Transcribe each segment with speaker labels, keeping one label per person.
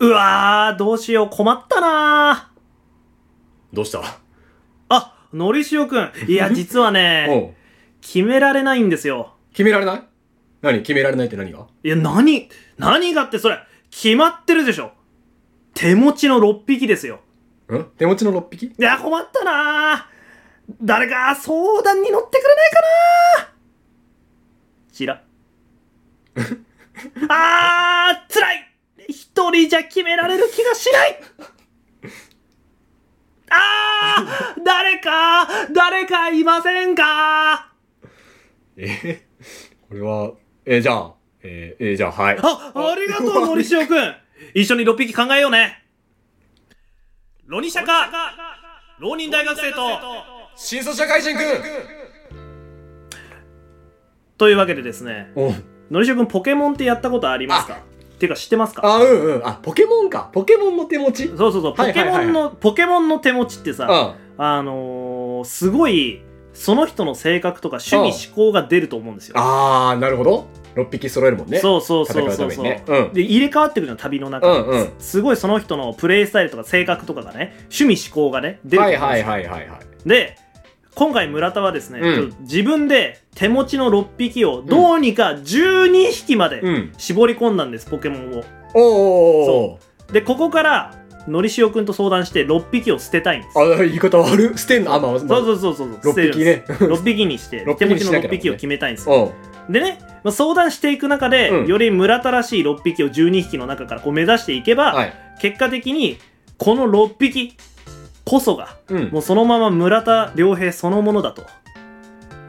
Speaker 1: うわー、どうしよう、困ったなー。
Speaker 2: どうした
Speaker 1: あ、のりしおくん。いや、実はね、
Speaker 2: うん。
Speaker 1: 決められないんですよ。
Speaker 2: 決められない何決められないって何が
Speaker 1: いや、何何がってそれ、決まってるでしょ。手持ちの6匹ですよ。
Speaker 2: ん手持ちの6匹
Speaker 1: いや、困ったなー。誰か相談に乗ってくれないかなー。ちら。あー、辛い一人じゃ決められる気がしないあー、誰か、誰かいませんか
Speaker 2: えこれは、えじゃあ、ええじゃあ、はい。
Speaker 1: あ、ありがとう、のりしおくん。一緒に6匹考えようね。ロニシャカ、浪人大学生と、
Speaker 2: 新卒社会人くん
Speaker 1: というわけでですね、
Speaker 2: お
Speaker 1: のりしおくん、ポケモンってやったことありますかっていうか知ってますか
Speaker 2: あ、うんうん。あ、ポケモンか。ポケモンの手持ちうん。
Speaker 1: そうそうそう、ポ
Speaker 2: はい
Speaker 1: ケ
Speaker 2: はい
Speaker 1: モ
Speaker 2: はい
Speaker 1: ンの、ポケモンの手持ちってさ、
Speaker 2: あ
Speaker 1: あのー、すごい、その人の性格とか趣味思考が出ると思うんですよ。
Speaker 2: あー、なるほど。6匹揃えるもんね。う。
Speaker 1: そうそうそうそう
Speaker 2: 戦
Speaker 1: そうう、
Speaker 2: ためにねうん
Speaker 1: で入れ替わってくるの旅の中
Speaker 2: う
Speaker 1: で、
Speaker 2: んうん。
Speaker 1: すごいその人のプレイスタイルとか性格とかがね趣味思考がね出ると思うんですよ、
Speaker 2: はいはいはいはいはい。
Speaker 1: で今回村田はですね、
Speaker 2: うん
Speaker 1: ちょっと自分で手持ちの6匹をどうにか12匹ま
Speaker 2: う
Speaker 1: で
Speaker 2: ん。
Speaker 1: 絞り込んだんです、ポケモンを
Speaker 2: おー。
Speaker 1: でここからのりしおくんと相談して6匹を捨てたいんですそ
Speaker 2: あ、言い方悪い。捨てんのあ、まあ、まあ
Speaker 1: うそうそうそう捨てるん
Speaker 2: 6匹
Speaker 1: で
Speaker 2: ね。
Speaker 1: す6匹にして
Speaker 2: 六
Speaker 1: 手
Speaker 2: 匹
Speaker 1: 持
Speaker 2: に
Speaker 1: ち
Speaker 2: し
Speaker 1: の
Speaker 2: なきゃだもんね
Speaker 1: 6匹を決めたいんですよ
Speaker 2: うん。
Speaker 1: でね、まあ、相談していく中で、
Speaker 2: うん
Speaker 1: より村田らしい6匹を12匹の中からこう目指していけば、
Speaker 2: はい。
Speaker 1: 結果的にこの6匹こそが
Speaker 2: うん
Speaker 1: も。うそのまま村田良平そのものだと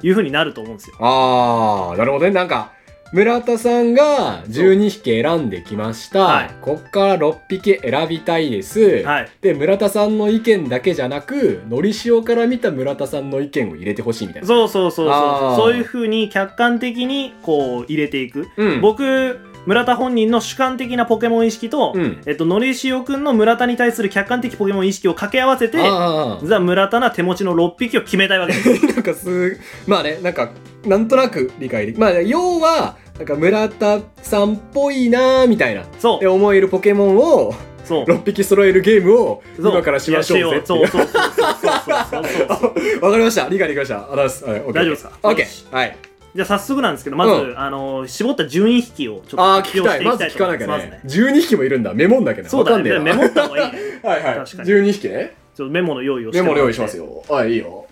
Speaker 1: いうふうになると思うんですよ
Speaker 2: あー、なるほどね。なんか、村田さんが12匹選んできました。
Speaker 1: はい
Speaker 2: こっから6匹選びたいです。
Speaker 1: はい。
Speaker 2: で、村田さんの意見だけじゃなく、のりしおから見た村田さんの意見を入れてほしいみたいな。
Speaker 1: そうそうそうそ
Speaker 2: あー
Speaker 1: う。そういうふうに客観的にこう入れていく。
Speaker 2: うん
Speaker 1: 僕、村田本人の主観的なポケモン意識と、
Speaker 2: うん
Speaker 1: えっと、のりしおくんの村田に対する客観的ポケモン意識を掛け合わせて、
Speaker 2: あー
Speaker 1: ザ・村田な手持ちの6匹を決めたいわけ です。
Speaker 2: なんかすまあね、なんか、なんとなく理解できまあ、要は、なんか村田さんっぽいなーみたいな。
Speaker 1: そ
Speaker 2: で、思えるポケモンを、
Speaker 1: う。そう。
Speaker 2: 6匹揃えるゲームを、
Speaker 1: そう
Speaker 2: 今からしましょうぜってい
Speaker 1: そうう。そうそうそうそうそう そうそう。
Speaker 2: わかりました。理解できました。あだす。はい、
Speaker 1: 大
Speaker 2: 大
Speaker 1: 丈夫ですか
Speaker 2: オッ
Speaker 1: よ
Speaker 2: ケ
Speaker 1: し
Speaker 2: ー。はい。
Speaker 1: じゃあ早速なんですけど、まず、
Speaker 2: う
Speaker 1: あのー絞った12匹をちょっと
Speaker 2: ああ、
Speaker 1: 発
Speaker 2: 聞き
Speaker 1: 表
Speaker 2: た
Speaker 1: し
Speaker 2: い。
Speaker 1: ていき
Speaker 2: まず
Speaker 1: たいと
Speaker 2: 聞か
Speaker 1: 思
Speaker 2: ないきゃ
Speaker 1: ます。
Speaker 2: ね。12匹もいるんだ。メモんだけど。
Speaker 1: そうだね。
Speaker 2: わかんね
Speaker 1: メ
Speaker 2: えな
Speaker 1: モった方が いいね。
Speaker 2: はいはい。
Speaker 1: 確かに
Speaker 2: 12匹ね。
Speaker 1: ちょっとメモの用意をして
Speaker 2: メ
Speaker 1: もらって
Speaker 2: モ用意しますよ。はい、いいよ。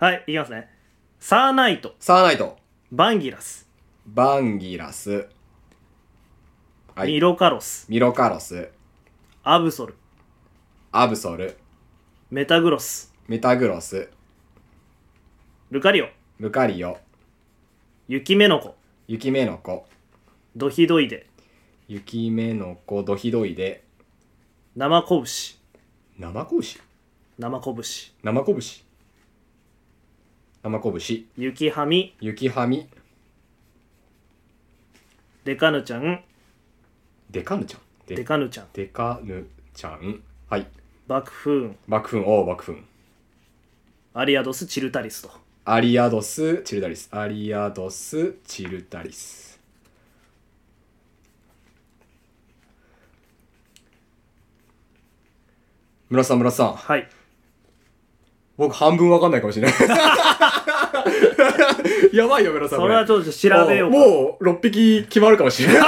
Speaker 1: はい、いきますね。サーナイト、
Speaker 2: サーナイト。
Speaker 1: バンギラス、
Speaker 2: バンギラス。はい
Speaker 1: ミロカロス、
Speaker 2: ミロカロス。
Speaker 1: アブソル、
Speaker 2: アブソル。
Speaker 1: メタグロス、
Speaker 2: メタグロス。
Speaker 1: ルカリオ、
Speaker 2: ルカリオ。
Speaker 1: ユキメノコ、
Speaker 2: ユキメノコ。
Speaker 1: ドヒドイデ、
Speaker 2: ユキメノコドヒドイで。
Speaker 1: 生コブシ、
Speaker 2: 生こぶし
Speaker 1: 生コブシ、
Speaker 2: 生こぶし生こぶし。
Speaker 1: ユキハミ、
Speaker 2: ユキハミ。
Speaker 1: デカヌちゃん、
Speaker 2: デカヌちゃん。デ
Speaker 1: デカヌちゃん、
Speaker 2: デカヌちゃん。はい。
Speaker 1: 爆風雲、
Speaker 2: 爆風おう、爆風
Speaker 1: アリアドス、チルタリスと。
Speaker 2: アリアドス、チルタリス。アリアドス、チルタリス。村さん、村さん。
Speaker 1: はい。
Speaker 2: 僕、半分わかんないか もしれない。やばいよ、村さん。
Speaker 1: それはちょっと調べよう
Speaker 2: も
Speaker 1: か。
Speaker 2: う、もう6匹決まるかもし れない。あ、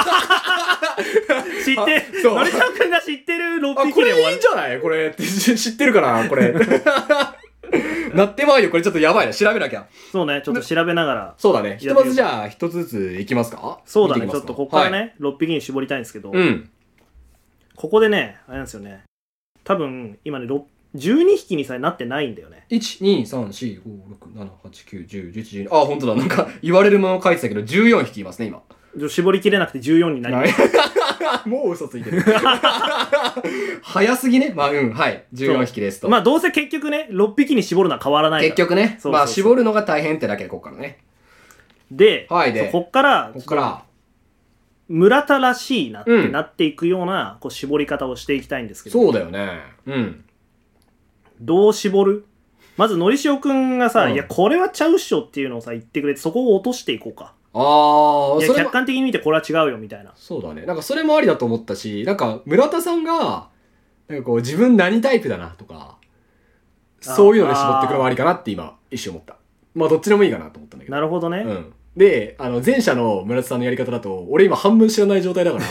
Speaker 1: 知って、
Speaker 2: そう
Speaker 1: のりちゃんくんが知ってる6匹
Speaker 2: こ
Speaker 1: で終わ
Speaker 2: れいい
Speaker 1: る
Speaker 2: んじ。ゃないこれ、 知知ってるかな これ。なってまうよ。これちょっとやばいな。調べなきゃ。
Speaker 1: そうね、ちょっと調べながら。
Speaker 2: そうだね。ひ
Speaker 1: や
Speaker 2: と
Speaker 1: って
Speaker 2: ま
Speaker 1: みよう
Speaker 2: ずじゃあ、一つずついきますか
Speaker 1: そうだ
Speaker 2: 見
Speaker 1: ね、
Speaker 2: て
Speaker 1: ち
Speaker 2: い
Speaker 1: ょ
Speaker 2: き
Speaker 1: っ
Speaker 2: ます
Speaker 1: とここから
Speaker 2: はい
Speaker 1: ね、6匹に絞りたいんですけど、
Speaker 2: うん。
Speaker 1: ここでね、あれなんですよね。多分、今ね、ろ12匹にさえなってないんだよね。
Speaker 2: 1、2、3、4、5、6、7、8、9、10、11、12。あ、本当だ。なんか、言われるもの書いてたけど、14匹いますね、今。
Speaker 1: ちょ絞りきれなくて14になりまし
Speaker 2: もう嘘ついてる。 早すぎね。まあ、うん、はい。14匹です
Speaker 1: た。
Speaker 2: と。
Speaker 1: まあどうせ結局ね、6匹に絞るのは変わらないから
Speaker 2: 結。局ね。
Speaker 1: そうそうそう
Speaker 2: まあ、絞るのが大変ってだけで、ここからね。
Speaker 1: で、
Speaker 2: はいで
Speaker 1: そうこっから、
Speaker 2: ここから。
Speaker 1: 村田らしいなって
Speaker 2: うん
Speaker 1: なっていくような、こう絞り方をしていきたいんですけど、
Speaker 2: そうだよね。うん。
Speaker 1: どう絞るまず、のりしおくんがさ、
Speaker 2: うん
Speaker 1: いや、これはちゃうっしょっていうのをさ、言ってくれて、そこを落としていこうか。
Speaker 2: ああ、
Speaker 1: いや
Speaker 2: それも
Speaker 1: 客、観的に見てこれは違うよみたいな
Speaker 2: そうだね。なんかそれもありだと思ったし、なんか村田さんが、なんかこう自分何タイプだなとか、
Speaker 1: あ
Speaker 2: そういうので絞ってくのもありかなって今、一瞬思った。まあどっちでもいいかなと思ったんだけど。
Speaker 1: なるほどね、
Speaker 2: うん。で、あの、前者の村田さんのやり方だと、俺今半分知らない状 態だから、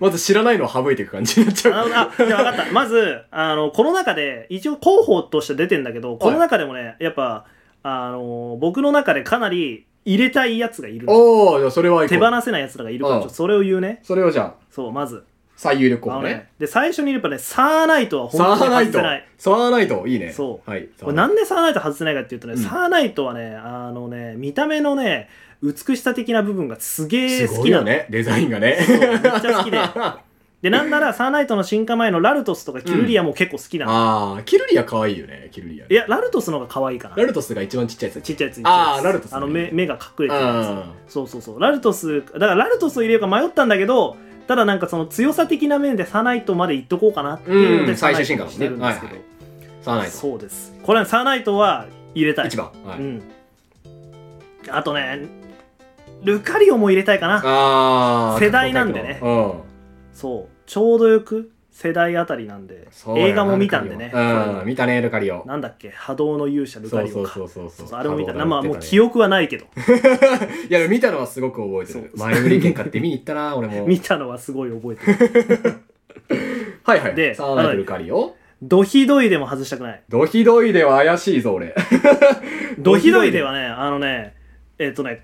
Speaker 2: まず知らないのを省いていく感じになっちゃ
Speaker 1: あ
Speaker 2: う。
Speaker 1: のあじゃあ 分かったまずあのこの中で一応候補として出てんだけどこの中でもね、やっぱあの僕の中でかなり入れたいやつがいる
Speaker 2: おおじゃあそれはい
Speaker 1: 手
Speaker 2: こう。
Speaker 1: 放せないやつらがいるから
Speaker 2: うん
Speaker 1: ちょっとそれを言うね
Speaker 2: それをじゃあ、
Speaker 1: そうまず
Speaker 2: 最有力候
Speaker 1: あ
Speaker 2: 補
Speaker 1: の
Speaker 2: ね。
Speaker 1: ねで最初にやっぱねサーナイトは
Speaker 2: サ
Speaker 1: 本当
Speaker 2: ーナ
Speaker 1: に外せ
Speaker 2: イト
Speaker 1: ない。
Speaker 2: サーナイト、いいね。。
Speaker 1: そう
Speaker 2: はい。
Speaker 1: これなんでサーナイト外せないかっていうとね、
Speaker 2: うん
Speaker 1: サーナイトはねあのね見た目のね美しさ的な部分がすげえ
Speaker 2: す
Speaker 1: 好
Speaker 2: ご
Speaker 1: き
Speaker 2: い
Speaker 1: な
Speaker 2: よ
Speaker 1: の、
Speaker 2: ね。デザインがね。
Speaker 1: そうめっちゃ好きで
Speaker 2: あ
Speaker 1: でなんならサーナイトの進化前のラルトスとかキュルリアも結構好きなの、
Speaker 2: あー、キルリア可愛いよね、キルリア。
Speaker 1: いやラルトスの方が可愛いかな
Speaker 2: ラルトスが一番ちっちゃいやつ。
Speaker 1: ちっちゃいやつ
Speaker 2: あーラルトスね
Speaker 1: あの目目が隠れてるや
Speaker 2: あ
Speaker 1: つそうそうそうラルトスだからラルトスを入れようか迷ったんだけどただなんかその強さ的な面でサナイトまでいっとこうかなっていうの
Speaker 2: う
Speaker 1: で
Speaker 2: ん
Speaker 1: サ
Speaker 2: 最
Speaker 1: ナイ
Speaker 2: 終
Speaker 1: ト
Speaker 2: 進化
Speaker 1: に
Speaker 2: のね
Speaker 1: してるんですけど、
Speaker 2: はいーサーナイト。
Speaker 1: そうですこれはサナイトは入れたい
Speaker 2: 一番。は
Speaker 1: う
Speaker 2: い
Speaker 1: んあとねルカリオも入れたいかな
Speaker 2: ああ。
Speaker 1: 世代なんでね
Speaker 2: うん。
Speaker 1: そうちょうどよく世代あたりなんで
Speaker 2: そうやな
Speaker 1: 映画も見たんでね
Speaker 2: ル
Speaker 1: これ
Speaker 2: カリオう
Speaker 1: は
Speaker 2: ん、見たね、ルカリオ。
Speaker 1: なんだっけ波動の勇者ル
Speaker 2: そ
Speaker 1: カ
Speaker 2: う
Speaker 1: リ
Speaker 2: そ
Speaker 1: オ
Speaker 2: う
Speaker 1: か
Speaker 2: そうそう。
Speaker 1: そうそうあれも見た
Speaker 2: 多
Speaker 1: な
Speaker 2: 分
Speaker 1: ま
Speaker 2: だ
Speaker 1: あ
Speaker 2: って
Speaker 1: も
Speaker 2: ね
Speaker 1: う記憶はないけど
Speaker 2: いや、でも見たのはすごく覚え
Speaker 1: そ
Speaker 2: てる。
Speaker 1: う
Speaker 2: 前売り券買 って見に行ったな、俺も。
Speaker 1: 見たのはすごい覚えてる
Speaker 2: はいはい。
Speaker 1: で
Speaker 2: サーナイト、ルカリオ。
Speaker 1: ドヒドイでも外したく ない
Speaker 2: ドヒドイでは怪しいぞ、俺。
Speaker 1: ドヒドイではね、あのね、えっ、とね、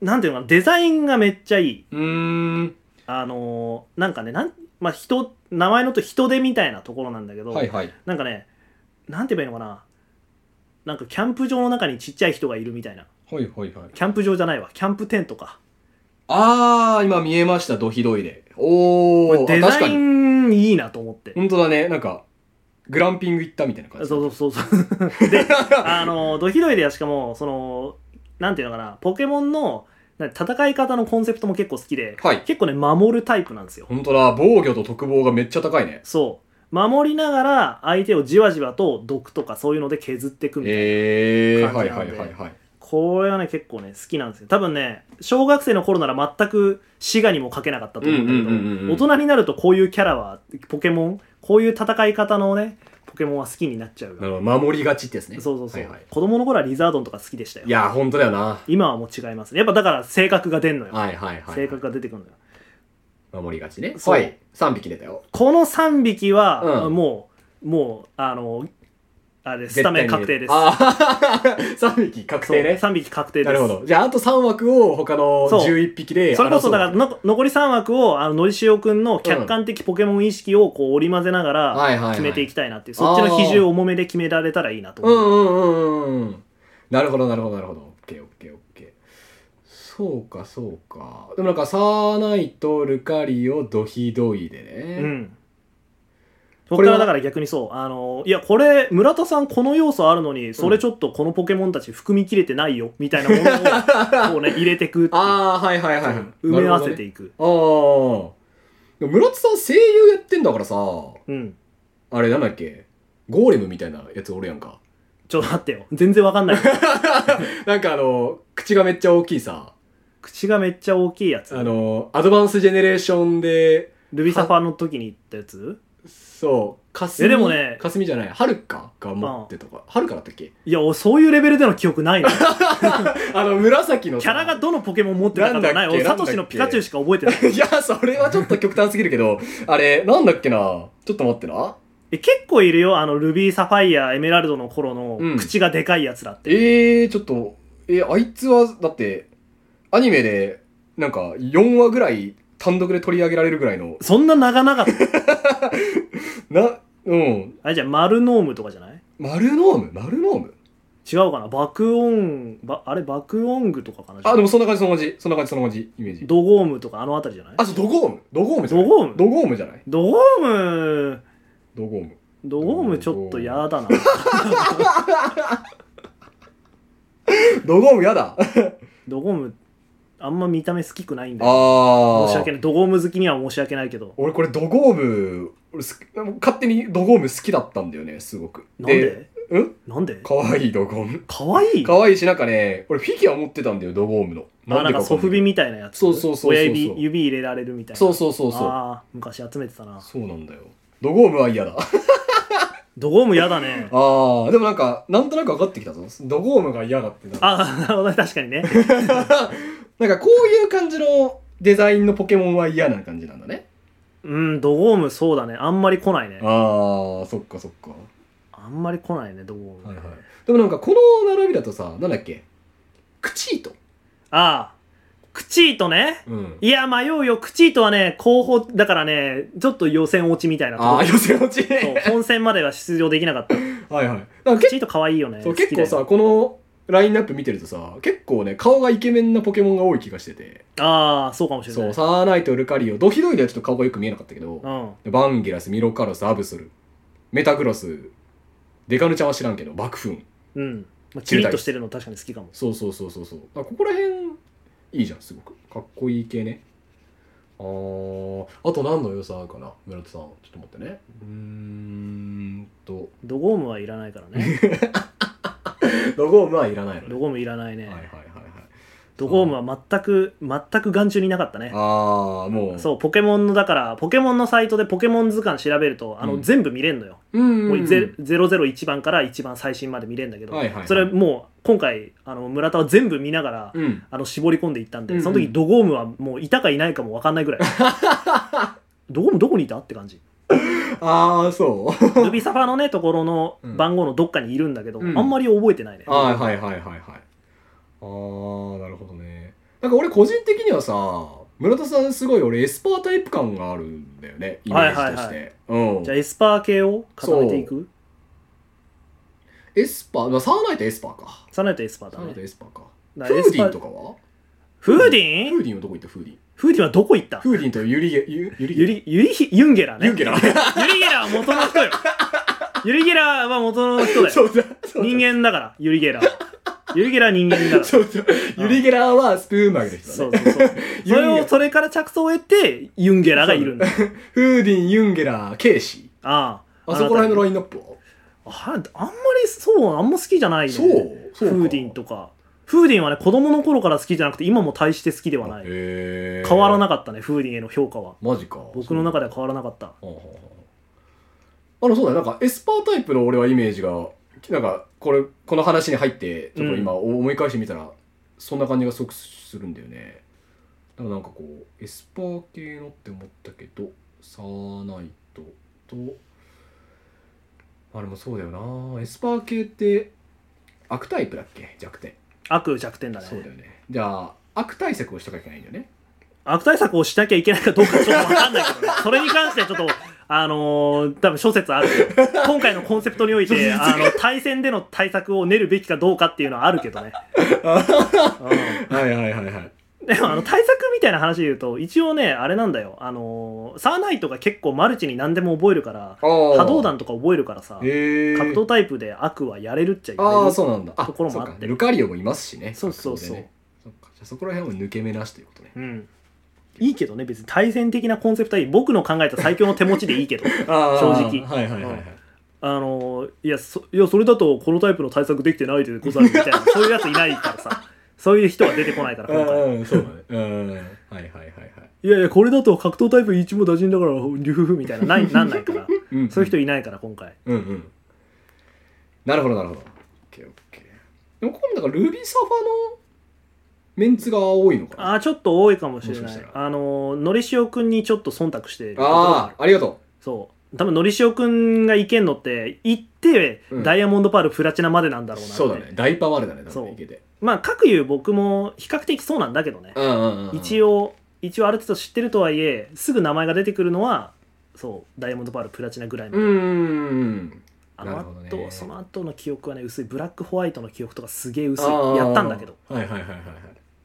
Speaker 1: なんていうのかな、デザインがめっちゃいい。
Speaker 2: うーん。
Speaker 1: あのーなんかね、なんまあ、人、名前のと人手みたいなところなんだけど、
Speaker 2: はいはい。
Speaker 1: なんかね、なんて言えばいいのかな、なんかキャンプ場の中にちっちゃい人がいるみたいな。
Speaker 2: はいはいはい。
Speaker 1: キャンプ場じゃないわ、キャンプテントか。
Speaker 2: あー、今見えました、ドヒドイで。お
Speaker 1: こ
Speaker 2: ー、
Speaker 1: れデ
Speaker 2: あ確
Speaker 1: ザ
Speaker 2: か
Speaker 1: イ
Speaker 2: に。
Speaker 1: ンいいなと思って。
Speaker 2: 本当だね、なんか、グランピング行ったみたいな感
Speaker 1: そう
Speaker 2: じ。
Speaker 1: そうそうそう。 で、あのードヒドイではしかも、その、なんていうのかな、ポケモンのな戦い方のコンセプトも結構好きで、
Speaker 2: はい
Speaker 1: 結構ね、守るタイプなんですよ。
Speaker 2: 本当だ、防御と特防がめっちゃ高いね。
Speaker 1: そう守りながら相手をじわじわと毒とかそういうので削っていくみたいな、
Speaker 2: えー、
Speaker 1: 感
Speaker 2: はい
Speaker 1: じな
Speaker 2: は
Speaker 1: ん
Speaker 2: い
Speaker 1: で
Speaker 2: はいはい。
Speaker 1: これはね結構ね好きなんですよ多分ね小学生の頃なら全く滋賀にもかけなかったと思うんだけど、
Speaker 2: うんうんうんうんうん
Speaker 1: 大人になるとこういうキャラはポケモンこういう戦い方のねポケモンは好きになっちゃうよ、
Speaker 2: なるほど、守りがちってやつね。
Speaker 1: そうそうそう、
Speaker 2: はいはい
Speaker 1: 子供の頃はリザードンとか好きでしたよ
Speaker 2: いやー、本当だよな。
Speaker 1: 今はもう違いますねやっぱだから性格が出んのよ、
Speaker 2: はいはいは
Speaker 1: 性
Speaker 2: い。
Speaker 1: 格が出てくるのよ
Speaker 2: 守りがちね。
Speaker 1: そう
Speaker 2: はい。3匹出たよ。
Speaker 1: この3匹は、
Speaker 2: うん
Speaker 1: もうもうあのあれスタメン確定です
Speaker 2: ああ、3匹 確定ね。
Speaker 1: 3匹確定です
Speaker 2: なるほど。じゃあ、あと3枠を他の
Speaker 1: そう
Speaker 2: 11匹で争う。
Speaker 1: それこそだからの残り3枠をあののりしおくんの客観的ポケモン意識をこう織り交ぜながら
Speaker 2: はいはいはい
Speaker 1: 決めていきたいなっていう、そっちの比重を重めで決められたらいいなと
Speaker 2: う
Speaker 1: 思う、
Speaker 2: んうんうんうんうん。なるほど、なるほど、なるほど。オッケーオッケーオッケー。そうか、そうか。でもなんか、サーナイト、ルカリオ、ドヒドイでね。
Speaker 1: うんそ
Speaker 2: こ
Speaker 1: こ
Speaker 2: れ
Speaker 1: か
Speaker 2: は
Speaker 1: らだから逆にそうあのいやこれ村田さんこの要素あるのにそれちょっとこのポケモンたち含み切れてないよみたいなも のをこうね入れてくっていう
Speaker 2: ああ、はいはいはい。
Speaker 1: 埋め合わせて
Speaker 2: い
Speaker 1: いく、
Speaker 2: ああー。でも村田さん声優やってんだからさ、
Speaker 1: うん
Speaker 2: あれなんだっけゴーレムみたいなやつおるやんか。
Speaker 1: ちょっと待ってよ全然わかんない
Speaker 2: なんかあの、口がめっちゃ大きいさ、
Speaker 1: 口がめっちゃ大きいやつ
Speaker 2: あの、アドバンスジェネレーションで、
Speaker 1: ルビサファの時に言ったやつ
Speaker 2: そう、かすみ、
Speaker 1: えでもね
Speaker 2: かすみじゃない、はるかが持ってとか、はるかだったっけ
Speaker 1: いや俺そういうレベルでの記憶ないのよ
Speaker 2: あの、紫のさ
Speaker 1: キャラがどのポケモン持ってたかとかない
Speaker 2: なんだっけ
Speaker 1: 俺
Speaker 2: な
Speaker 1: サ
Speaker 2: んだっけ
Speaker 1: トシのピカチュウしか覚えてない
Speaker 2: いや、それはちょっと極端すぎる けど、あれ、なんだっけなちょっと待ってな。
Speaker 1: え結構いるよあのルビーサファイアエメラルドの頃の
Speaker 2: うん
Speaker 1: 口がでかいやつらって、
Speaker 2: えー、ちょっと、えあいつは、だって、アニメで、なんか、4話ぐらい単独で取り上げられるぐらいの、
Speaker 1: そんな長々と
Speaker 2: な、うん、
Speaker 1: あれじゃんマルノームとかじゃない
Speaker 2: マルノームマルノーム
Speaker 1: 違うかな爆音ばあれ爆音具とかかな
Speaker 2: あ、でもそんな感じ、そんな感じ、そんな感じ、そんな感じ、イメージ。
Speaker 1: ドゴームとかあの辺りじゃない
Speaker 2: あ、そう、ドゴームドゴームじゃない
Speaker 1: ドゴーム
Speaker 2: ドゴームじゃない
Speaker 1: ドゴーム
Speaker 2: ドゴーム。
Speaker 1: ドゴームちょっとやだな
Speaker 2: ドゴームやだ あ
Speaker 1: ドゴームあんま見た目好きくないんだよ
Speaker 2: ー。
Speaker 1: 申し訳ないドゴーム好きには申し訳ないけど
Speaker 2: 俺これドゴーム、俺す勝手にドゴーム好きだったんだよね、すごく。
Speaker 1: なんで
Speaker 2: うん
Speaker 1: なんで
Speaker 2: かわいいドゴン。
Speaker 1: かわいい
Speaker 2: かわいいし、なんかね、俺フィギュア持ってたんだよ、ドゴームの。
Speaker 1: あなんかソフビ
Speaker 2: み
Speaker 1: みたいなやつ
Speaker 2: そうそうそうそう
Speaker 1: 親指指入れられるみたいな
Speaker 2: そうそうそうそう。
Speaker 1: ああ昔集めてたな
Speaker 2: そうなんだよ。ドゴームは嫌だ。あ
Speaker 1: ドゴームやだね
Speaker 2: あー、でもなんか、なんとなく分かってきたぞ。ドゴームが嫌だってな。
Speaker 1: ああ なるほどね確かにね
Speaker 2: なんかこういう感じのデザインのポケモンは嫌な感じなんだね。
Speaker 1: うんドゴームそうだねあんまり来ないね
Speaker 2: ああ、そっかそっか。
Speaker 1: あんまり来ないねドゴーム、
Speaker 2: はいはい。でもなんかこの並びだとさ、なんだっけクチート。
Speaker 1: ああクチートね
Speaker 2: うん。
Speaker 1: いや迷うよクチートはね候補だからねちょっと予選落ちみたいなとこ
Speaker 2: ああ、予選落ち。
Speaker 1: そう本戦までは出場できなかった
Speaker 2: はいはい。なん
Speaker 1: ク
Speaker 2: か 結
Speaker 1: チート可愛いよね
Speaker 2: そう
Speaker 1: 好き
Speaker 2: 結
Speaker 1: だよ
Speaker 2: 構さ、このラインナップ見てるとさ、結構ね、顔がイケメンなポケモンが多い気がしてて。
Speaker 1: ああそうかもしれ
Speaker 2: そ
Speaker 1: な
Speaker 2: う、
Speaker 1: い
Speaker 2: サーナイト、ルカリオ、ドヒドイではちょっと顔がよく見えなかったけど、
Speaker 1: うん
Speaker 2: バンギラス、ミロカロス、アブソル、メタグロス、デカヌちゃんは知らんけど、爆風。
Speaker 1: うんまあキリッとしてるの確かに好きかも
Speaker 2: そうそうそうそうそうだからここら辺いいじゃんすごくかっこいい系ねあーあと何の良さあるかな村田さんちょっと待ってねうーんと
Speaker 1: ドゴームはいらないから ね
Speaker 2: ロゴームはいらないのね
Speaker 1: ドゴームいらないね、
Speaker 2: はいはいはいはい
Speaker 1: ドゴームは全く全く眼中になかったね
Speaker 2: ああもう
Speaker 1: そうポケモンのだからポケモンのサイトでポケモン図鑑調べるとあの、
Speaker 2: うん
Speaker 1: 全部見れんのよ、
Speaker 2: うんうん
Speaker 1: も
Speaker 2: う
Speaker 1: うんゼ001番から一番最新まで見れるんだけど、
Speaker 2: はいはいはい
Speaker 1: それもう今回あの村田は全部見ながら、
Speaker 2: うん
Speaker 1: あの絞り込んでいったんで、
Speaker 2: うんうん
Speaker 1: その時ドゴームはもういたかいないかも分かんないぐらい ドゴームどこにいたって感じ
Speaker 2: ああそう
Speaker 1: ルビサファのねところの
Speaker 2: うん
Speaker 1: 番号のどっかにいるんだけど、
Speaker 2: うん
Speaker 1: あんまり覚えてないね、
Speaker 2: はいはいはいはいはいああーなるほどねなんか俺個人的にはさ村田さんすごい俺エスパータイプ感があるんだよねイメージとして、
Speaker 1: はいはい
Speaker 2: うん
Speaker 1: じゃあエスパー系を固めていく
Speaker 2: エスパー、まあ、サーナイトエスパーか。
Speaker 1: サナイトエスパー
Speaker 2: サ
Speaker 1: だ
Speaker 2: ーナイト
Speaker 1: ね
Speaker 2: エスパーか。
Speaker 1: だ
Speaker 2: フ
Speaker 1: からエ
Speaker 2: ー
Speaker 1: ス
Speaker 2: デ
Speaker 1: パ
Speaker 2: ィ
Speaker 1: ー
Speaker 2: ンとかは
Speaker 1: フーデ
Speaker 2: フ
Speaker 1: ィン
Speaker 2: ーディンはどこ行ったフーディン。
Speaker 1: フーディンはどこ行った
Speaker 2: フーディンとユリゲ、ユユリゲ
Speaker 1: ユリユリヒユンゲラね
Speaker 2: ユンゲラ。
Speaker 1: ユリゲラは元の人よユリゲラは元の人だよ
Speaker 2: そうだ。そうだ
Speaker 1: 人。間だからユリゲラはユリゲラは人間だから
Speaker 2: そうそう。ユリゲラはスプーン曲げの人
Speaker 1: そ
Speaker 2: だ
Speaker 1: う
Speaker 2: ね。
Speaker 1: そうそうそ
Speaker 2: ユン
Speaker 1: れ
Speaker 2: ゲ
Speaker 1: をそれから着想を得てユンゲラがいるんだ
Speaker 2: フーディン、ユンゲラ、ケイシ
Speaker 1: ああ
Speaker 2: ー。あそこら辺の
Speaker 1: ラ
Speaker 2: ラインナップは
Speaker 1: ああんまりそうあんま好きじゃないね
Speaker 2: そう。そうか
Speaker 1: フーディン。とかフーディンはね子供の頃から好きじゃなくて今も大して好きではない
Speaker 2: へ
Speaker 1: 変わら
Speaker 2: い。
Speaker 1: なかったねフーディンへの評価は
Speaker 2: マジか。
Speaker 1: 僕の中では変わらなかった
Speaker 2: はあはあはああのそうだよなんかエスパータイプの俺はイメージがなんかこれこの話に入ってちょっと今思い返してみたら、そんな感じがすごくするんだよねだからなんかこうエスパー系のって思ったけどサーナイトとあれもそうだよなエスパー系って悪タイプだっけ弱点、
Speaker 1: 悪弱点だね
Speaker 2: そうだよねじゃあ悪対策をしとかなきゃいけないんだよね
Speaker 1: 悪対策をしなきゃいけないかどうかちょっとわかんないけどねそれに関してはちょっとあのー多分諸説ある今回のコンセプトにお いてあの対戦での対策を練るべきかどうかっていうのはあるけどね、う
Speaker 2: はいはいはいはい
Speaker 1: んでもあの対策みたいな話で言うと一応ねあれなんだよあのーサーナイトが結構マルチに何でも覚えるから波
Speaker 2: 波
Speaker 1: 動弾とか覚えるからさ、
Speaker 2: へえ
Speaker 1: 格闘タイプで悪はやれるっちゃやれる
Speaker 2: ああそうなんだあ
Speaker 1: ところもあって
Speaker 2: そうかルカリオもいますしね
Speaker 1: そうそうそう
Speaker 2: 格闘でねそっかじゃあそこら辺を抜け目なしということね
Speaker 1: うんいいけどね別に対戦的なコンセプトはいい僕の考えた最強の手持ちでいいけど
Speaker 2: あ
Speaker 1: ー正直
Speaker 2: はいはいはいはい
Speaker 1: あのいやそいやそれだとこのタイプの対策できてないでござるみたい なそういうやついないからさそういう人は出てこないから今回
Speaker 2: うんうんそうだねうんはいはいはいはい
Speaker 1: いやいやこれだと格闘タイプ一も打尽だからリフフみたいなないなんないから
Speaker 2: うん
Speaker 1: そういう人いないから今回
Speaker 2: うんうんなるほどなるほどオッケーオッケーでもここもだからルビサファのメンツが多いのかな
Speaker 1: ああちょっと多いかもしれ
Speaker 2: も
Speaker 1: な
Speaker 2: し
Speaker 1: い
Speaker 2: かした
Speaker 1: あののりしおくんにちょっと忖度してる
Speaker 2: あーありがと
Speaker 1: そう多分のりしおくんがいけんのって行って、
Speaker 2: うん
Speaker 1: ダイヤモンドパールプラチナまでなんだろう
Speaker 2: う
Speaker 1: なって
Speaker 2: そうだねダイパワールだね多
Speaker 1: そう
Speaker 2: 分いけて
Speaker 1: まあ各言う僕も比較的そうなんだけどね
Speaker 2: うんうんうん
Speaker 1: 一応一応ある程度知ってるとはいえすぐ名前が出てくるのはそうダイヤモンドパールプラチナぐらいま
Speaker 2: う
Speaker 1: で、
Speaker 2: んうんうん
Speaker 1: あの
Speaker 2: な
Speaker 1: あ
Speaker 2: るほどね
Speaker 1: と、その後の記憶はね薄いブラックホワイトの記憶とかすげえ薄いやったんだけど
Speaker 2: あーはいはいはいはいはい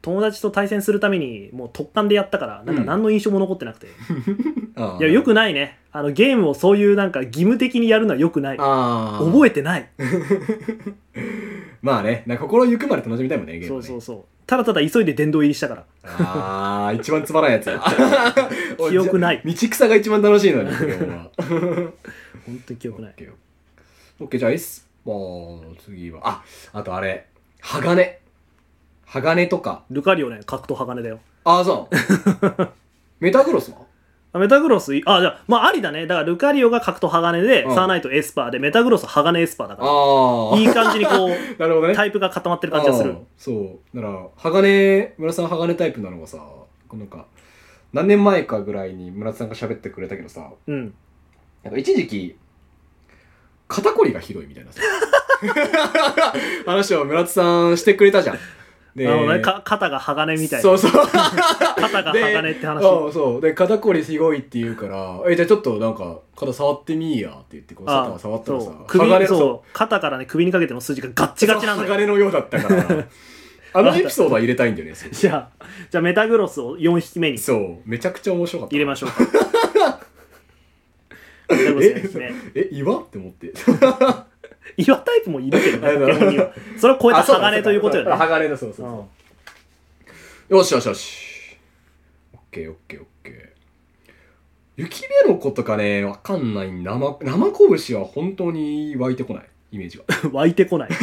Speaker 1: 友達と対戦するためにもう突貫でやったからなんか
Speaker 2: うん
Speaker 1: 何の印象も残ってなくて、
Speaker 2: あー
Speaker 1: いやよくないねあのゲームをそういうなんか義務的にやるのはよくない
Speaker 2: あ
Speaker 1: 覚
Speaker 2: え
Speaker 1: えてない
Speaker 2: まあねなんか心ゆくまで楽しみたいもんねゲームね
Speaker 1: そうそうそうただただ急いで殿堂入りしたから
Speaker 2: ああ、一番つまらんやつ だ。
Speaker 1: 記憶ない
Speaker 2: 道 草が一番楽しいのに、今日は。
Speaker 1: 本当に記憶ない
Speaker 2: オッケー、じゃあ、エス、まあ、次は、あ、あとあれ、鋼。鋼とか。
Speaker 1: ルカリオね、格闘鋼だよ。
Speaker 2: ああ、そう。 メタグロスは
Speaker 1: あメタグロスい、あ、じゃあ、まあありだね。だからルカリオが格闘鋼で、
Speaker 2: うん
Speaker 1: サーナイトエスパーで、メタグロス鋼エスパーだか
Speaker 2: あ
Speaker 1: ら。
Speaker 2: あ。
Speaker 1: いい感じにこう、
Speaker 2: なるほどね。
Speaker 1: タイプが固まってる感じがす
Speaker 2: あ
Speaker 1: る
Speaker 2: ー。そうだから鋼村田さん鋼タイプなのがさなんか何年前かぐらいに村田さんが喋ってくれたけどさ
Speaker 1: うん。
Speaker 2: なんか一時期肩こりがひどいみたい なさ話を村田さんしてくれたじゃん。で
Speaker 1: なるほどね。か肩が鋼みたい
Speaker 2: そ
Speaker 1: な
Speaker 2: う。そ う。
Speaker 1: 肩が鋼って話。
Speaker 2: あそうで肩こりすごいって言うから「えじゃあちょっとなんか肩触ってみいや」って言ってこう
Speaker 1: あ
Speaker 2: 肩触ったらさ
Speaker 1: そう首
Speaker 2: 鋼う
Speaker 1: そう肩からね首にかけての筋がガッチガチなんだよ
Speaker 2: 鋼のようだったからあのエピソードは入れたいんだよねそう
Speaker 1: じゃあじゃあメタグロスを4匹目に
Speaker 2: そう、めちゃくちゃ面白かった。
Speaker 1: 入れましょう かメタグロス4匹目
Speaker 2: え、岩って思って。
Speaker 1: 岩タイプもいるけど
Speaker 2: あ
Speaker 1: ね逆にはそれを超えた鋼ということよね
Speaker 2: 鋼だ、そうそう
Speaker 1: うん
Speaker 2: そう。よしよしよし。オッケーオッケーオッケー。雪ベロコとかね、わかんない。生、生拳は本当に湧いてこない。イメージが。
Speaker 1: 湧いてこない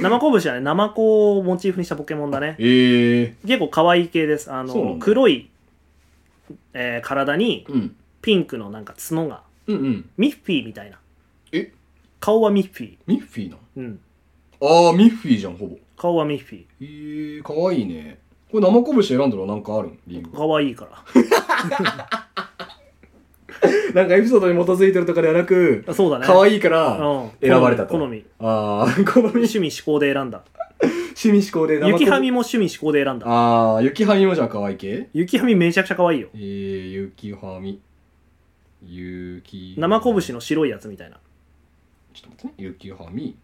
Speaker 1: 生拳はね生子をモチーフにしたポケモンだね
Speaker 2: ええ
Speaker 1: 結構可愛い系ですあ
Speaker 2: そうなん
Speaker 1: の
Speaker 2: だ
Speaker 1: 黒い、えー体に
Speaker 2: うん。
Speaker 1: ピンクのなんか角が
Speaker 2: うんうん。
Speaker 1: ミッフィーみたいな
Speaker 2: え
Speaker 1: 顔はミッフィー
Speaker 2: ミッフィーな
Speaker 1: うん
Speaker 2: のあー、ミッフィーじゃん、ほぼ。
Speaker 1: 顔はミッフィー
Speaker 2: ええー、かわいいね。これ生拳選んだのなんかあるん理由
Speaker 1: 可愛いか
Speaker 2: なんかエピソードに基づいてるとかではなく、
Speaker 1: らそうだね
Speaker 2: 可愛いから、
Speaker 1: うん、
Speaker 2: 選ばれたと
Speaker 1: 好み
Speaker 2: あー、 好み
Speaker 1: 趣味嗜好で選んだ
Speaker 2: 趣味嗜好で
Speaker 1: 雪はみも趣味嗜好で選んだ
Speaker 2: ああ雪はみもじゃあ可愛い系
Speaker 1: 雪はみめちゃくちゃ可愛いよ
Speaker 2: えー、雪はみ雪
Speaker 1: 生
Speaker 2: こぶ
Speaker 1: 拳
Speaker 2: し
Speaker 1: の白いやつみたいな
Speaker 2: ちょっと待ってね雪はみ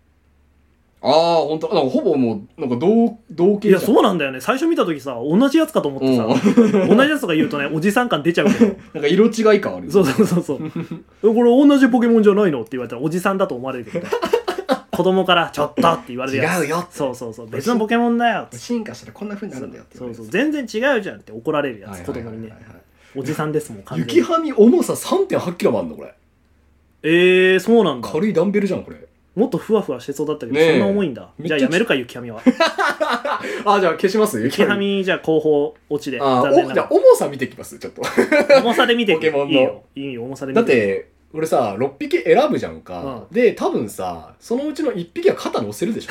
Speaker 2: ああ本当なんかほぼもうなんか同同系
Speaker 1: い
Speaker 2: じゃ
Speaker 1: や
Speaker 2: ん
Speaker 1: そうなんだよね最初見た時さ同じやつかと思ってさ、
Speaker 2: うん
Speaker 1: 同じやつとか言うとねおじさん感出ちゃうけど
Speaker 2: なんか色違い感あるよね
Speaker 1: そうそうそうそう これ同じポケモンじゃないのって言われたらおじさんだと思われるけど 子供から「ちょっと!」って言われるやつ
Speaker 2: 違うよって
Speaker 1: そうそうそう別のポケモンだよって
Speaker 2: 進化したらこんな風になるんだよって
Speaker 1: そうそう全然違うじゃんって怒られるやつ
Speaker 2: はい
Speaker 1: 子
Speaker 2: はい
Speaker 1: 供
Speaker 2: はい
Speaker 1: に
Speaker 2: はい
Speaker 1: ねおじさんですもん完
Speaker 2: 雪
Speaker 1: 全に
Speaker 2: はみ重さ3 8キロもあんのこれ
Speaker 1: えー、そうなんだ
Speaker 2: 軽いダンベルじゃんこれ
Speaker 1: もっとふわふわしてそうだったけど、
Speaker 2: ねえ
Speaker 1: そんな重いんだ
Speaker 2: め
Speaker 1: じ
Speaker 2: っち
Speaker 1: ゃ
Speaker 2: ゃ
Speaker 1: あやめるか雪は みは
Speaker 2: あーじゃあ消します雪
Speaker 1: 雪は
Speaker 2: はみ
Speaker 1: みじゃあ後方落ちで
Speaker 2: あー
Speaker 1: 残念
Speaker 2: お
Speaker 1: な
Speaker 2: じゃ
Speaker 1: が
Speaker 2: あ重さ見てきますちょっと
Speaker 1: ら重さで見て
Speaker 2: ポケモンの
Speaker 1: いいよいいよ重さで見
Speaker 2: だって俺さ6匹選ぶじゃんか、
Speaker 1: う
Speaker 2: で多分さそのうちの1匹は肩乗せるでし ょ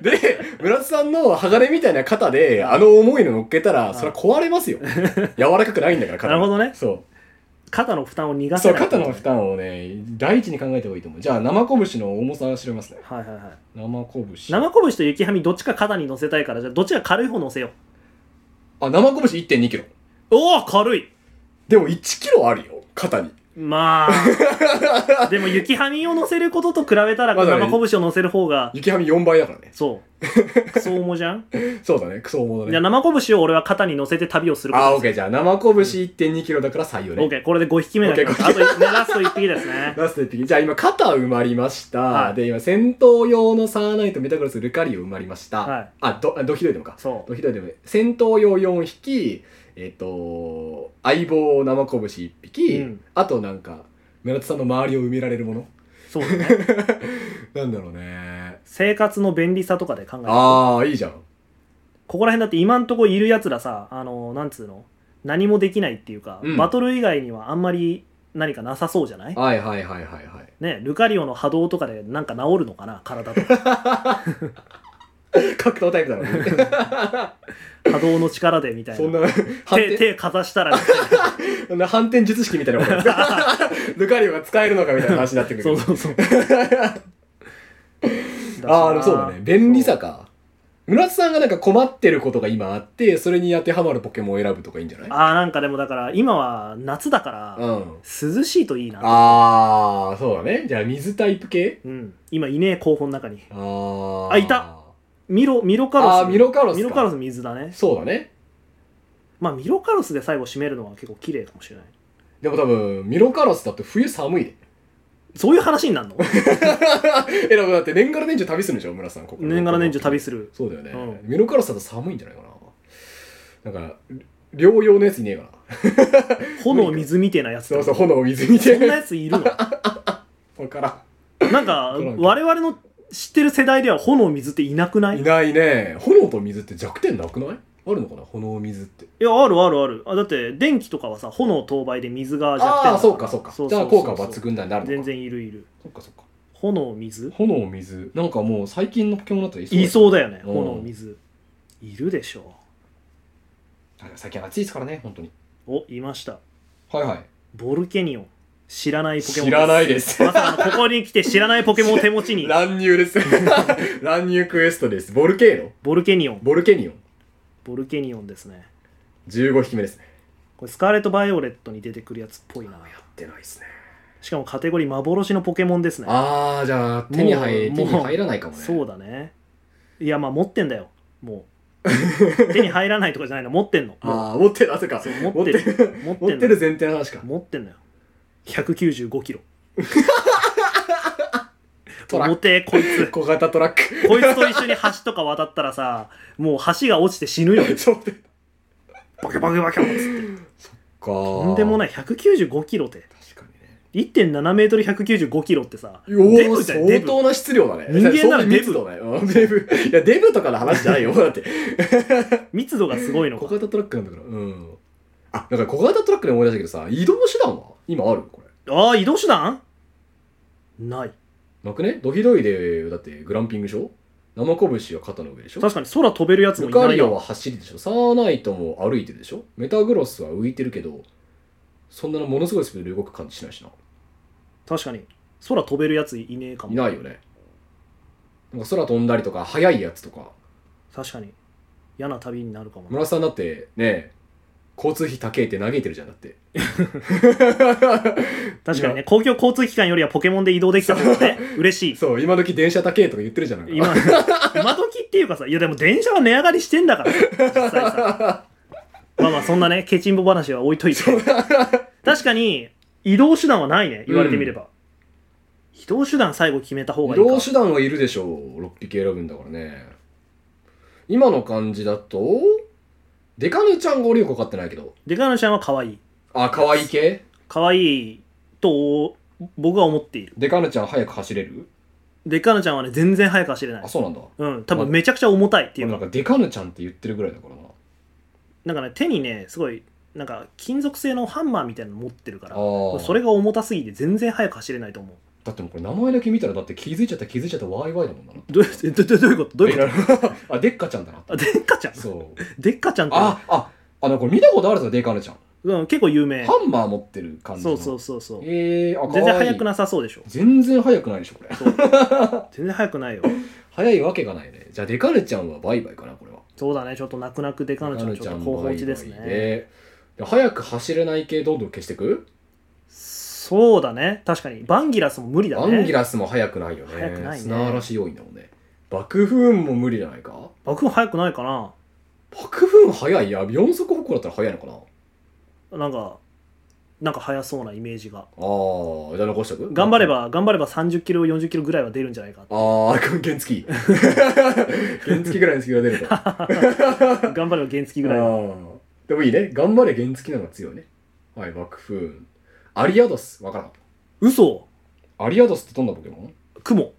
Speaker 2: で村田さんの鋼みたいな肩であの重いの乗っけた
Speaker 1: う
Speaker 2: ら、
Speaker 1: ん
Speaker 2: それは壊れま すよ柔らかくないんだから肩が
Speaker 1: なるほどね
Speaker 2: そ
Speaker 1: 肩の負担を逃
Speaker 2: う
Speaker 1: がせ
Speaker 2: そう
Speaker 1: ない
Speaker 2: 肩の負担をね第一に考えた方がいいと思うじゃあ生拳の重さ調べますね
Speaker 1: はいはいはい
Speaker 2: 生拳
Speaker 1: 生拳と雪はみどっちか肩に乗せたいからじゃあどっちか軽い方乗せよう
Speaker 2: あ生拳1 2キロ
Speaker 1: おお軽い
Speaker 2: でも1キロあるよ肩に
Speaker 1: ま あでも雪はみを乗せることと比べたら
Speaker 2: まあだね
Speaker 1: 生拳を乗せる方が
Speaker 2: 雪はみ4倍だからね
Speaker 1: そうそう思うじゃん
Speaker 2: そうだねクソ重だね
Speaker 1: じゃあ生拳を俺は肩に乗せて旅をすること
Speaker 2: あ
Speaker 1: に
Speaker 2: オッケーじゃあ生拳1 2キロだから採用ね
Speaker 1: オッケーこれで5匹目だけど
Speaker 2: オッケー
Speaker 1: あとねラスト1匹ですね
Speaker 2: ラスト1匹。じゃあ今、肩埋まりました。
Speaker 1: はい
Speaker 2: で、今、戦闘用のサーナイト、メタグロス、ルカリオ埋まりました。
Speaker 1: はい
Speaker 2: あ、ど、あドヒドイでもか。
Speaker 1: そう
Speaker 2: ドヒドイでも、戦闘用4匹、えっ、と、相棒生拳1匹、
Speaker 1: うん
Speaker 2: あとなんか、村田さんの周りを埋められるもの
Speaker 1: そうだね
Speaker 2: なんだろうね。
Speaker 1: 生活の便利さとかで考えて
Speaker 2: あー、いいじゃん。
Speaker 1: ここら辺だって今んとこいるやつらさあのなんつうの何もできないっていうか、
Speaker 2: うん
Speaker 1: バトル以外にはあんまり何かなさそうじゃない
Speaker 2: はいはいはいはいはい。
Speaker 1: ねルカリオの波動とかでなんか治るのかな体と か
Speaker 2: 格闘タイプだろうね。
Speaker 1: 波動の力でみたい
Speaker 2: そん
Speaker 1: な
Speaker 2: な、反
Speaker 1: 手
Speaker 2: 転、
Speaker 1: 手かざしたらみたいな
Speaker 2: そんな反転術式みたいなことですか ルカリオが使えるのかみたいな話にな ってくるけ
Speaker 1: そ
Speaker 2: ど
Speaker 1: う。そうそう
Speaker 2: ああ、そうだね。便利さか。村田さんがなんか困ってることが今あって、それに当てはまるポケモンを選ぶとかいいんじゃない
Speaker 1: ああなんかでもだから今は夏だから、
Speaker 2: うん。
Speaker 1: 涼しいといいな
Speaker 2: ああ、そうだね。じゃあ水タイプ系
Speaker 1: うん今いねえ候補の中に
Speaker 2: ああ。
Speaker 1: あいたミロミロカロス
Speaker 2: あーミロカロスか
Speaker 1: ミロカロス水だね
Speaker 2: そうだね。
Speaker 1: まあミロカロスで最後締めるのは結構綺麗かもしれない
Speaker 2: でも多分、ミロカロスだって冬寒いで。
Speaker 1: そういう話になるの
Speaker 2: え、でもだって年がら年中旅するんでしょ村田さん、ここ。
Speaker 1: 年がら年中旅する
Speaker 2: そうだよね、
Speaker 1: う
Speaker 2: ミロカロスだと寒いんじゃないかな。なんか、療養のやついねえかな。
Speaker 1: 炎水みてえなやつ
Speaker 2: そうそう、炎水みた
Speaker 1: そ
Speaker 2: い
Speaker 1: んな
Speaker 2: な。
Speaker 1: やついるの
Speaker 2: わからん。
Speaker 1: なんか
Speaker 2: トランク
Speaker 1: 我々の知ってる世代では炎水っていなくない
Speaker 2: いないね炎と水って弱点なくないあるのかな炎水って
Speaker 1: いやあるあるあるあだって電気とかはさ炎当倍で水が弱点だら
Speaker 2: ああーそうかそうか
Speaker 1: そう
Speaker 2: じ
Speaker 1: そう
Speaker 2: ゃ
Speaker 1: そ
Speaker 2: あ
Speaker 1: うそう
Speaker 2: 効果抜群だになるのか
Speaker 1: 全然いるいる
Speaker 2: そっかそっか
Speaker 1: 炎水
Speaker 2: 炎水なんかもう最近のポケモンだったらいそうだよ
Speaker 1: いそうだよね
Speaker 2: うん
Speaker 1: 炎水いるでしょ
Speaker 2: あ最近暑いですからね本当に
Speaker 1: うおいました
Speaker 2: はいはい
Speaker 1: ボルケニオン知らないポケモン
Speaker 2: 知らないです
Speaker 1: まさかのここに来て知らないポケモンを手持ちに
Speaker 2: 乱 入です乱入クエストですボルケーノ
Speaker 1: ボルケニオン
Speaker 2: ボルケニオン
Speaker 1: ボルケニオンですね
Speaker 2: 15匹目ですね
Speaker 1: これスカーレット・バイオレットに出てくるやつっぽいな
Speaker 2: 出ないですね
Speaker 1: しかもカテゴリー幻のポケモンですね
Speaker 2: ああじゃあ手に入
Speaker 1: もう
Speaker 2: 手に入らないかもね
Speaker 1: そうだねいやまあ持ってんだよもう手に入らないとかじゃないの持ってんのも
Speaker 2: ああ持ってるあそうか
Speaker 1: う持ってる持っ
Speaker 2: 持
Speaker 1: て
Speaker 2: っ
Speaker 1: ん
Speaker 2: て
Speaker 1: の
Speaker 2: る前提の話か
Speaker 1: 持ってんのよ195キロ
Speaker 2: トラック
Speaker 1: 重てえこいつ
Speaker 2: 小型トラック
Speaker 1: こいつと一緒に橋とか渡ったらさもう橋が落ちて死ぬよ
Speaker 2: ちょっと待って
Speaker 1: バキバキバキバキっつって
Speaker 2: か
Speaker 1: とんでも
Speaker 2: ない
Speaker 1: ない195キロって
Speaker 2: 確かにね
Speaker 1: 1.7メートル195キロってさデ
Speaker 2: お
Speaker 1: ブ
Speaker 2: お
Speaker 1: じゃんデ
Speaker 2: 相
Speaker 1: ブ
Speaker 2: 当な質量だね
Speaker 1: 人間なら
Speaker 2: そん密度だようんデブいやデブとかの話じ ゃないよだって
Speaker 1: 密度がすごいの
Speaker 2: 小
Speaker 1: か
Speaker 2: 型トラックなんだからうんあだから小型トラックで思い出したけどさ移動手段は今あるこれ
Speaker 1: ああ移動手段ない
Speaker 2: なくねドヒドイでだってグランピングでしょ生拳は肩の上でしょ
Speaker 1: 確かに空飛べるやつも
Speaker 2: ル
Speaker 1: いな
Speaker 2: カ
Speaker 1: い
Speaker 2: リ
Speaker 1: よ
Speaker 2: オは走りでしょサーナイトも歩いてるでしょメタグロスは浮いてるけどそんなのものすごいスピードで動く感じしないしな
Speaker 1: 確かに空飛べるやついねえか
Speaker 2: い
Speaker 1: も
Speaker 2: ないよねなんか空飛んだりとか速いやつとか
Speaker 1: 確かに嫌な旅になるかもな
Speaker 2: 村田さんだってね交通費高えって嘆いてるじゃんだって
Speaker 1: 確かにね公共交通機関よりはポケモンで移動できた方が ね嬉しい
Speaker 2: そう今時電車高えとか言ってるじゃんない
Speaker 1: 今今時っていうかさいやでも電車は値上がりしてんだから実際さまあまあそんなねケチンボ話は置いといて確かに移動手段はないね言われてみれば、移動手段最後決めた方が
Speaker 2: 移
Speaker 1: いいか
Speaker 2: 動手段はいるでしょう6匹選ぶんだからね今の感じだとデカヌちゃんがオリオコ飼ってないけど
Speaker 1: デカノちゃんは可愛い
Speaker 2: あ可愛い系
Speaker 1: 可愛いと僕は思っている
Speaker 2: デカヌちゃん早く走れる
Speaker 1: デカノちゃんはね全然速く走れない
Speaker 2: あそうなんだ
Speaker 1: うん多分めちゃくちゃ重たいっていう
Speaker 2: 俺
Speaker 1: か
Speaker 2: なんかデカヌちゃんって言ってるぐらいだからな
Speaker 1: なんかね手にねすごいなんか金属製のハンマーみたいなの持ってるから
Speaker 2: あー
Speaker 1: それが重たすぎて全然速く走れないと思う
Speaker 2: だってもうこれ名前だけ見たらだって気づいちゃった気づいちゃったワイワイだもんな
Speaker 1: どうどどどういうことどういうこと
Speaker 2: ことあデッカちゃんだな
Speaker 1: あデッカ ちゃん
Speaker 2: そう
Speaker 1: デッカちゃんってね、
Speaker 2: あああのこれ見たことあるぞデカヌちゃん
Speaker 1: うん、結構有名
Speaker 2: ハンマー持ってる感じ
Speaker 1: そうそううそうそう
Speaker 2: えー、あ
Speaker 1: 全然速く
Speaker 2: ない
Speaker 1: なさそうでしょ
Speaker 2: 全然速くないでしょこれ
Speaker 1: そう全然速くないよ
Speaker 2: 速いわけがないねじゃあデカヌちゃんはバイバイかなこれは
Speaker 1: そうだねちょっと泣く泣くデカ
Speaker 2: カ
Speaker 1: ヌ
Speaker 2: ヌ
Speaker 1: ちゃんちょっと候補地ですね
Speaker 2: で早く走れない系どんどん消してく
Speaker 1: そうだね確かにバンギラスも無理だ
Speaker 2: ア
Speaker 1: ね
Speaker 2: ンギラスも早くないよね
Speaker 1: 速くないね
Speaker 2: 砂嵐要因だもんね爆風雲も無理じゃないか
Speaker 1: 僕も速くないかな
Speaker 2: 爆風雲速いいや4足歩行だったら速いのかなあ
Speaker 1: なんかなんか速そうなイメージが
Speaker 2: あじゃあ残しとく
Speaker 1: 頑張れば頑張れば3 0キロ4 0キロぐらいは出るんじゃないか
Speaker 2: ああ 原付き原付きぐらいのスピードが出ると
Speaker 1: 頑張れば原付ぐらい
Speaker 2: あ
Speaker 1: は
Speaker 2: ーでもいいね頑張れ原付きの方が強いねはい爆風雲アリアドスわからん
Speaker 1: 嘘
Speaker 2: アリアドスってどんなポケモン
Speaker 1: 雲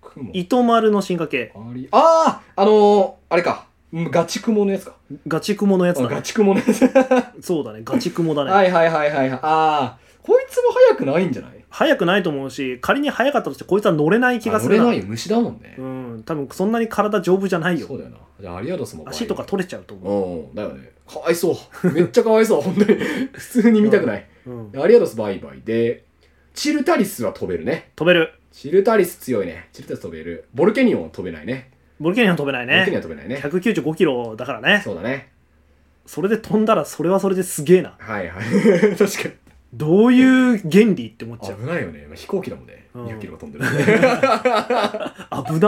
Speaker 2: 雲
Speaker 1: 糸丸の進化系
Speaker 2: ありあああのー、あれか。うんガチクモのやつか。
Speaker 1: ガチ雲のやつ
Speaker 2: あ
Speaker 1: だ
Speaker 2: ガ
Speaker 1: ね
Speaker 2: チクモのやつ。は
Speaker 1: そうだねガチ雲だ
Speaker 2: い
Speaker 1: ね、
Speaker 2: はいはいはいはい。ああー、こいつも速くないんじゃない
Speaker 1: 速くないと思うし仮に速かったとしてこいつは乗れない気がす
Speaker 2: 乗
Speaker 1: る
Speaker 2: れ
Speaker 1: な
Speaker 2: ないよ、虫だもんね
Speaker 1: う。ん多分そんなに体丈夫じゃないよ
Speaker 2: そうだよな。じゃあ、アリアドスも。
Speaker 1: 足とか。取れちゃうと思
Speaker 2: うん、だよね。かわいそう。めっちゃかわいそう、本当に。普通に見たくない。
Speaker 1: う、うん、
Speaker 2: アリアドスバイバイで、チルタリスは飛べるね。
Speaker 1: 飛べる
Speaker 2: チルタリス強いね。チルタリス飛べる。ボルケニオンは飛べないね。
Speaker 1: ボルケニアン飛べない
Speaker 2: ボルケニ
Speaker 1: ね
Speaker 2: オンは飛べないね。
Speaker 1: 195キロだからね
Speaker 2: そうだね。
Speaker 1: それで飛んだらそれはそれですげえな
Speaker 2: はいはい。確 かに。
Speaker 1: どういう原理って思っちゃう
Speaker 2: 危ないよね。まあ飛行機だもんね。
Speaker 1: うん
Speaker 2: 200キロが飛んでる。
Speaker 1: 危な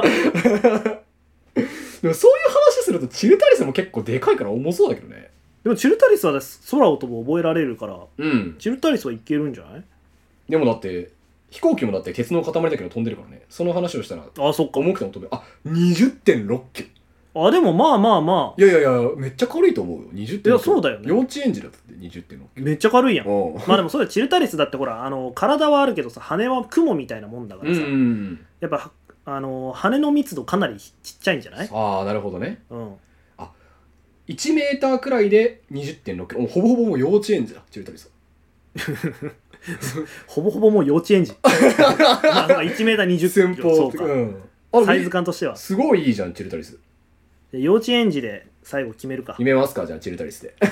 Speaker 2: でもそういう話するとチルタリスも結構でかいから重そうだけどね
Speaker 1: でもチルタリスはね空を飛ぶ覚えられるから
Speaker 2: うん
Speaker 1: チルタリスはいけるんじゃない
Speaker 2: でもだって飛行機もだって鉄の塊だけど飛んでるからねその話をした
Speaker 1: あ
Speaker 2: ら
Speaker 1: そっか
Speaker 2: 重くても飛べるあ20.6キロ
Speaker 1: あ、でもまあまあまあ、
Speaker 2: いやいやいや、めっちゃ軽いと思うよ。20点。
Speaker 1: いやそうだよね
Speaker 2: 幼稚園児だって20点の。
Speaker 1: めっちゃ軽いやん。
Speaker 2: おう
Speaker 1: まあでもそうだよチルタリスだってほら、あの、体はあるけどさ、羽は雲みたいなもんだか
Speaker 2: う
Speaker 1: らさ、
Speaker 2: ん。
Speaker 1: やっぱ、あの、羽の密度かなりちっちゃいんじゃない
Speaker 2: ああ、なるほどね。
Speaker 1: うん。
Speaker 2: 1メーターくらいで20.6キロ。もうほぼほぼもう幼稚園児だ、チルタリスは。
Speaker 1: ほぼほぼもう幼稚園児。 まあ、1メーター20
Speaker 2: 先
Speaker 1: キロ。そ
Speaker 2: 方
Speaker 1: うか。
Speaker 2: うん。あ
Speaker 1: サイズ感としては。
Speaker 2: すごいいいじゃん、チルタリス。
Speaker 1: で幼稚園児で最後決めるか
Speaker 2: 決。めますか、じゃあ、チルタリスで。
Speaker 1: や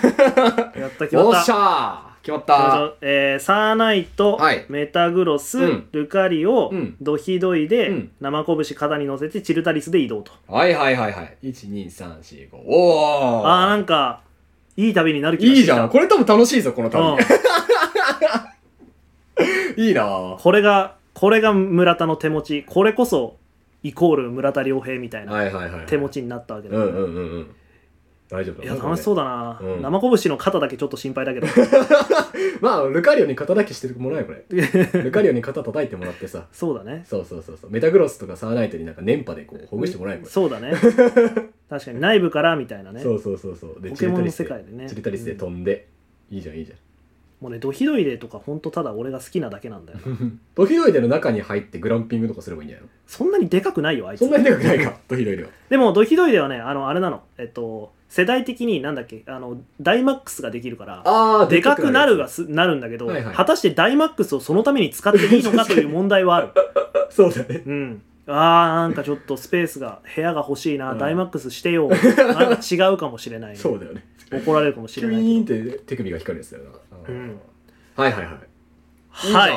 Speaker 1: った決ま
Speaker 2: お
Speaker 1: っ
Speaker 2: ったし。ゃー決まった
Speaker 1: えーサーナイト、
Speaker 2: はい
Speaker 1: メタグロス、
Speaker 2: うん
Speaker 1: ルカリオ、
Speaker 2: うん
Speaker 1: ドヒドイで、
Speaker 2: うん
Speaker 1: 生拳肩に乗せてチルタリスで移動と
Speaker 2: はいはいはいはい。1,2,3,4,5. おー
Speaker 1: あーなんかいい旅になる気が
Speaker 2: い
Speaker 1: して
Speaker 2: い
Speaker 1: き
Speaker 2: じ
Speaker 1: た
Speaker 2: ゃん。これ多分楽しいぞ、この
Speaker 1: うん
Speaker 2: 旅。いいなぁ。
Speaker 1: これがこれが村田の手持ちこれこそイコール村田良平みたいな
Speaker 2: はいはいはい。
Speaker 1: 手持。ちになったわけだ、
Speaker 2: うんうんうんうん。大丈夫
Speaker 1: いや楽しそうだな、
Speaker 2: うん
Speaker 1: 生拳の肩だけちょっと心配 だけど
Speaker 2: まあ、ルカリオに肩だけしてもらえよ、これ。ルカリオに肩叩いてもらってさ。
Speaker 1: そうだね
Speaker 2: そうそうそうそう。メタグロスとかサーナイトになんか年波でこう、ほぐしてもらえよ、これ。
Speaker 1: そうだね確かに内部からみたいなね
Speaker 2: そうそうそうそう。で
Speaker 1: ポケモンの
Speaker 2: チ
Speaker 1: 世
Speaker 2: ルタ
Speaker 1: 界
Speaker 2: リス
Speaker 1: でね
Speaker 2: チルタリスで飛んで。いいじゃん、いいじゃん。
Speaker 1: もうねドヒドイでとかほんとただ俺が好きなだけなんだよな
Speaker 2: ドヒロイデの中に入ってグランピングとかすればいいんじゃないの
Speaker 1: そんなにでかくないよあいつ
Speaker 2: そんなにでかくないか、ドヒロイデは。
Speaker 1: でもドヒドイではねあのあれなのえっと世代的になんだっけあのダイマックスができるから
Speaker 2: あ
Speaker 1: でかくなるがすなるんだけど、
Speaker 2: はいはい
Speaker 1: 果たしてダイマックスをそのために使っていいのかという問題はある
Speaker 2: そうだね。
Speaker 1: うんあーなんかちょっとスペースが部屋が欲しいな、
Speaker 2: うん
Speaker 1: ダイマックスしてよなんか違うかもしれないね、
Speaker 2: そうだよね。
Speaker 1: 怒られるかもし
Speaker 2: キ
Speaker 1: れ
Speaker 2: ュ
Speaker 1: な
Speaker 2: イ
Speaker 1: い
Speaker 2: ーン
Speaker 1: け
Speaker 2: って手首が光るやつだよな。
Speaker 1: うん
Speaker 2: はいはいはい。
Speaker 1: どはい
Speaker 2: い。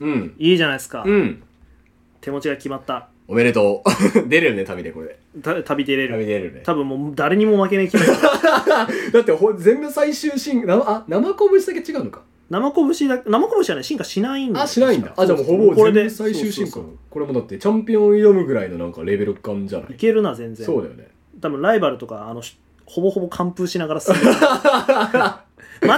Speaker 2: うん。
Speaker 1: いいじゃないですか、
Speaker 2: うん。
Speaker 1: 手持ちが決まった
Speaker 2: おめでとう。 出るよね、旅でこれ。
Speaker 1: た旅出れ
Speaker 2: 旅
Speaker 1: る
Speaker 2: 出るよね。
Speaker 1: 多分もう誰にも負けない気 持ち
Speaker 2: だってほ全部最終シーン、なあ、生拳だけ違うのか。
Speaker 1: 生拳だ生拳はね進化しないんだよ
Speaker 2: あ、しないんだ。あ、じゃあもうほ
Speaker 1: こ
Speaker 2: ぼ
Speaker 1: れで
Speaker 2: 全部最終シーンか
Speaker 1: そうそう。
Speaker 2: これもだってチャンピオン挑むぐらいのなんかレベル感じゃな
Speaker 1: そうい
Speaker 2: い
Speaker 1: けるな全然
Speaker 2: そうだよね。
Speaker 1: 多分ライバルとかあのしほぼほぼ完封しながら進 む待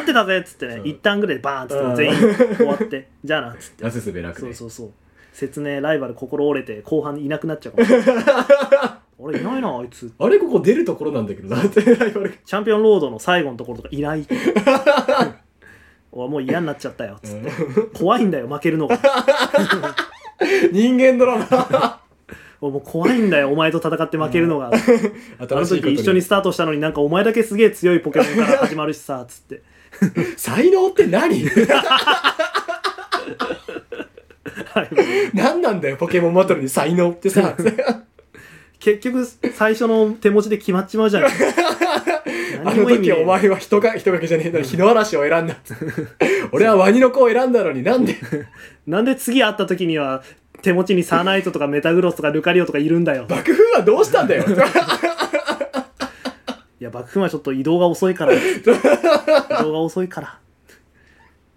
Speaker 1: ってたぜっつってね
Speaker 2: そう
Speaker 1: 一旦ぐらいでバーンっつっ
Speaker 2: うん
Speaker 1: て全員終わって じゃあなっつって
Speaker 2: なすすべなく
Speaker 1: そう
Speaker 2: ね。
Speaker 1: そうそう説明ライバル心折れて後半いなくなっちゃうかもしれない あれいないなあいつ
Speaker 2: あれここ出るところなんだけどなってライバルが
Speaker 1: チャンピオンロードの最後のところとかい ないおいもう嫌になっちゃったよっつって怖いんだよ負けるのが
Speaker 2: 人間ドラマ
Speaker 1: おいもう怖いんだよお前と戦って負けるのがあの
Speaker 2: 新しいこと
Speaker 1: 時一緒にスタートしたのになんかお前だけすげえ強いポケモンから始まるしさっつって
Speaker 2: 才能って 何
Speaker 1: はい
Speaker 2: 何なんだよポケモンバトルに才能って さ
Speaker 1: 結局最初の手持ちで決まっちまうじゃない
Speaker 2: あの時お前は人が人影じゃねえのに日の嵐を 選んだ俺はワニの子を選んだのになんで
Speaker 1: なんで次会った時には手持ちにサーナイトとかメタグロスとかルカリオとかいるんだよ
Speaker 2: 爆風はどうしたんだよ
Speaker 1: いや幕府はちょっと移動が遅いから移動が遅いから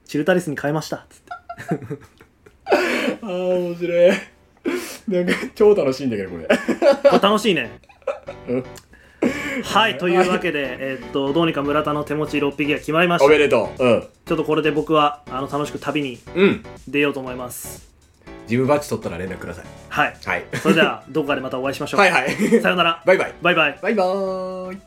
Speaker 1: チルタリスに変えましたつって
Speaker 2: ああ面白いなんか超楽しいんだけどこれ
Speaker 1: これ楽しいね
Speaker 2: うん
Speaker 1: はいというわけで、えーっとどうにか村田の手持ち6匹が決まりまし
Speaker 2: お
Speaker 1: た
Speaker 2: めでとううん
Speaker 1: ちょっとこれで僕はあの楽しく旅に
Speaker 2: うん
Speaker 1: 出ようと思います
Speaker 2: ジムバッジ取ったら連絡ください
Speaker 1: はい
Speaker 2: はい
Speaker 1: それではどこかでまたお会いしましょう、
Speaker 2: はいはい
Speaker 1: さよなら
Speaker 2: バイバイ
Speaker 1: バイバイ
Speaker 2: バイバーイ